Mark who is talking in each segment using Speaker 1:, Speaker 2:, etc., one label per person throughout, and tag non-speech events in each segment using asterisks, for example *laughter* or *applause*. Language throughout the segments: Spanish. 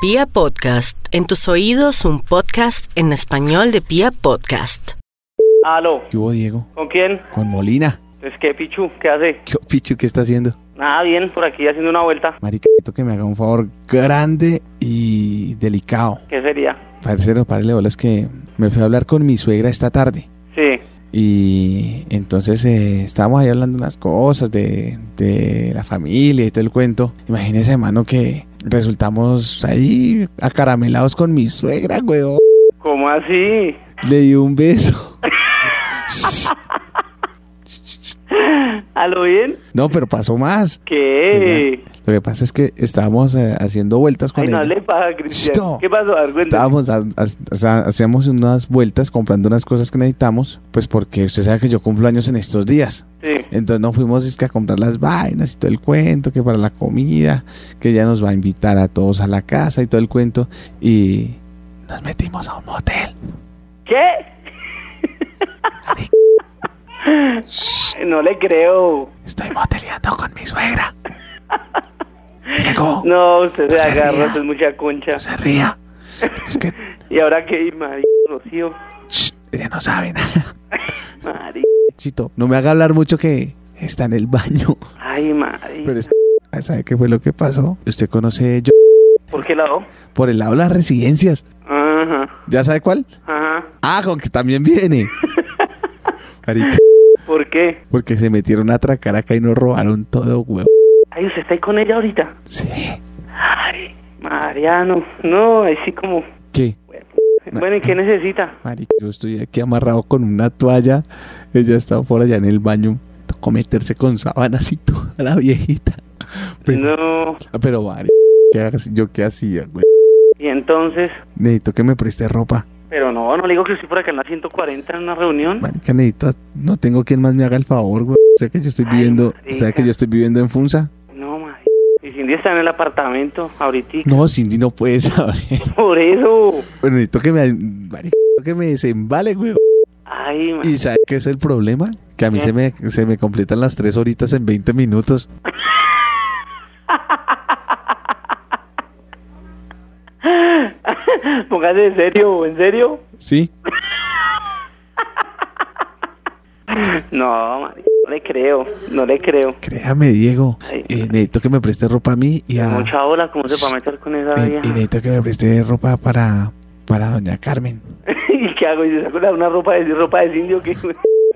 Speaker 1: Pia Podcast, en tus oídos un podcast en español de Pia Podcast.
Speaker 2: Aló,
Speaker 3: ¿Qué hubo, Diego?
Speaker 2: ¿con quién?
Speaker 3: Con Molina. *laughs*
Speaker 2: Pues qué, Pichu, ¿qué hace?
Speaker 3: ¿Qué hubo, Pichu? ¿Qué está haciendo?
Speaker 2: Nada, bien, por aquí haciendo una vuelta.
Speaker 3: Maricito, que me haga un favor grande y delicado.
Speaker 2: ¿Qué sería?
Speaker 3: Parcero, párale bolas que me fui a hablar con mi suegra esta tarde.
Speaker 2: Sí,
Speaker 3: Y entonces eh, estábamos ahí hablando unas cosas de, de la familia y todo el cuento. Imagínese, hermano, que resultamos ahí acaramelados con mi suegra, weón.
Speaker 2: ¿cómo así?
Speaker 3: Le di un beso. *laughs*
Speaker 2: ¿Aló bien?
Speaker 3: No, pero pasó más.
Speaker 2: ¿Qué?
Speaker 3: Lo que pasa es que estábamos eh, haciendo vueltas con
Speaker 2: Ay, no
Speaker 3: ella.
Speaker 2: le pasa, Cristian.
Speaker 3: Shh, no.
Speaker 2: ¿Qué pasó? A ver, cuéntame.
Speaker 3: Estábamos, ha- ha- o sea, hacíamos unas vueltas comprando unas cosas que necesitamos, pues porque usted sabe que yo cumplo años en estos días.
Speaker 2: Sí,
Speaker 3: Entonces nos fuimos es que a comprar las vainas y todo el cuento, que para la comida, que ella nos va a invitar a todos a la casa y todo el cuento. Y nos metimos a un motel.
Speaker 2: ¿qué? Ay, no le creo.
Speaker 3: Estoy moteleando con mi suegra. Diego,
Speaker 2: *laughs* No, usted se
Speaker 3: se
Speaker 2: agarra,
Speaker 3: ría.
Speaker 2: usted es mucha concha.
Speaker 3: no se ría. Es que
Speaker 2: ¿Y ahora qué? Marico, Rocío.
Speaker 3: shh, ella no sabe nada.
Speaker 2: Mari.
Speaker 3: Chito, no me haga hablar mucho que está en el baño.
Speaker 2: Ay, Mari.
Speaker 3: Pero es- Ah, ¿Sabe qué fue lo que pasó? Usted conoce yo
Speaker 2: ¿Por qué lado?
Speaker 3: por el lado de las residencias.
Speaker 2: Ajá,
Speaker 3: ¿Ya sabe cuál?
Speaker 2: ajá.
Speaker 3: Ah, con que también viene. Marica,
Speaker 2: ¿Por qué?
Speaker 3: porque se metieron a atracar acá y nos robaron todo, huevo.
Speaker 2: Ay, ¿usted está ahí con ella ahorita?
Speaker 3: Sí.
Speaker 2: Ay, Mariano, no, así como...
Speaker 3: ¿Qué?
Speaker 2: Bueno, ¿y qué necesita?
Speaker 3: Marica, yo estoy aquí amarrado con una toalla. Ella está por allá en el baño. Tocó meterse con sábanas y toda la viejita. Pero,
Speaker 2: No,
Speaker 3: pero marica, ¿qué hac- ¿yo qué hacía, güey?
Speaker 2: y entonces...
Speaker 3: Necesito que me preste ropa.
Speaker 2: Pero no, no le digo que estoy por acá en la 140 en una reunión.
Speaker 3: Marica, necesito... No tengo quien más me haga el favor, güey. O sea que yo estoy
Speaker 2: Ay,
Speaker 3: viviendo... O sea
Speaker 2: marica.
Speaker 3: que yo estoy viviendo en Funza.
Speaker 2: No, Mari. Y Cindy está en el apartamento ahorita.
Speaker 3: No, Cindy no puede saber.
Speaker 2: Por eso.
Speaker 3: Bueno, necesito que me, marica, que me desembale, güey.
Speaker 2: Ay, Mari.
Speaker 3: ¿Y sabes qué es el problema? Que a mí
Speaker 2: ¿Qué?
Speaker 3: se me, se me completan las tres horitas en 20 minutos.
Speaker 2: *laughs* Póngase en serio, ¿en serio?
Speaker 3: ¿Sí?
Speaker 2: No, Mari. No le creo, no le creo.
Speaker 3: Créame, Diego.
Speaker 2: Ay.
Speaker 3: eh, necesito que me preste ropa a mí y a...
Speaker 2: Mucha ola, ¿cómo se va a meter con esa
Speaker 3: ne- Y
Speaker 2: vieja?
Speaker 3: necesito que me preste ropa para, para doña Carmen.
Speaker 2: *laughs* ¿Y qué hago? ¿Y se saco la- una ropa de, ropa de indio? ¿Qué? *laughs*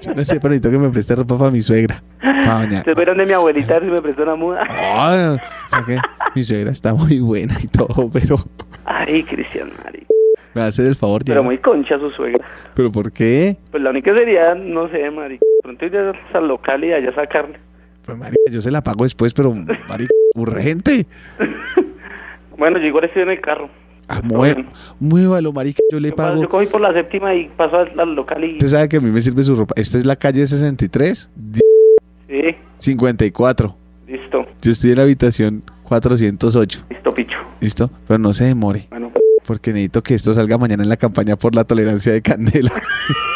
Speaker 3: Yo no sé, pero necesito que me preste ropa para mi suegra. Para doña...
Speaker 2: Se fueron de mi abuelita si me prestó una muda. *laughs*
Speaker 3: Ah, o sea que mi suegra está muy buena y todo, pero...
Speaker 2: Ay, Cristian, Mari.
Speaker 3: Me va a hacer el favor, Diego.
Speaker 2: Pero muy concha su suegra.
Speaker 3: ¿Pero por qué?
Speaker 2: Pues la única sería, no sé, Mari. Pronto ir hasta el local y allá sacarle.
Speaker 3: Pues, marica, yo se la pago después, pero, marica, urgente.
Speaker 2: Bueno, yo igual estoy en el carro.
Speaker 3: Ah, mue- muévalo, marica, yo le
Speaker 2: Yo, pa-
Speaker 3: pago.
Speaker 2: yo cogí por la séptima y paso al, al local y...
Speaker 3: Usted sabe que a mí me sirve su ropa. Esta es la calle 63, di-
Speaker 2: Sí,
Speaker 3: 54.
Speaker 2: listo,
Speaker 3: Yo estoy en la habitación 408.
Speaker 2: listo, picho.
Speaker 3: ¿Listo? Pero no se demore,
Speaker 2: Bueno,
Speaker 3: porque necesito que esto salga mañana en la campaña por la tolerancia de Candela.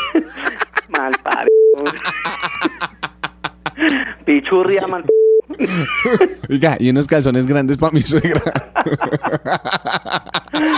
Speaker 3: *laughs*
Speaker 2: mal padre. Pichurria, mal
Speaker 3: Oiga, y unos calzones grandes para mi suegra.
Speaker 2: padre.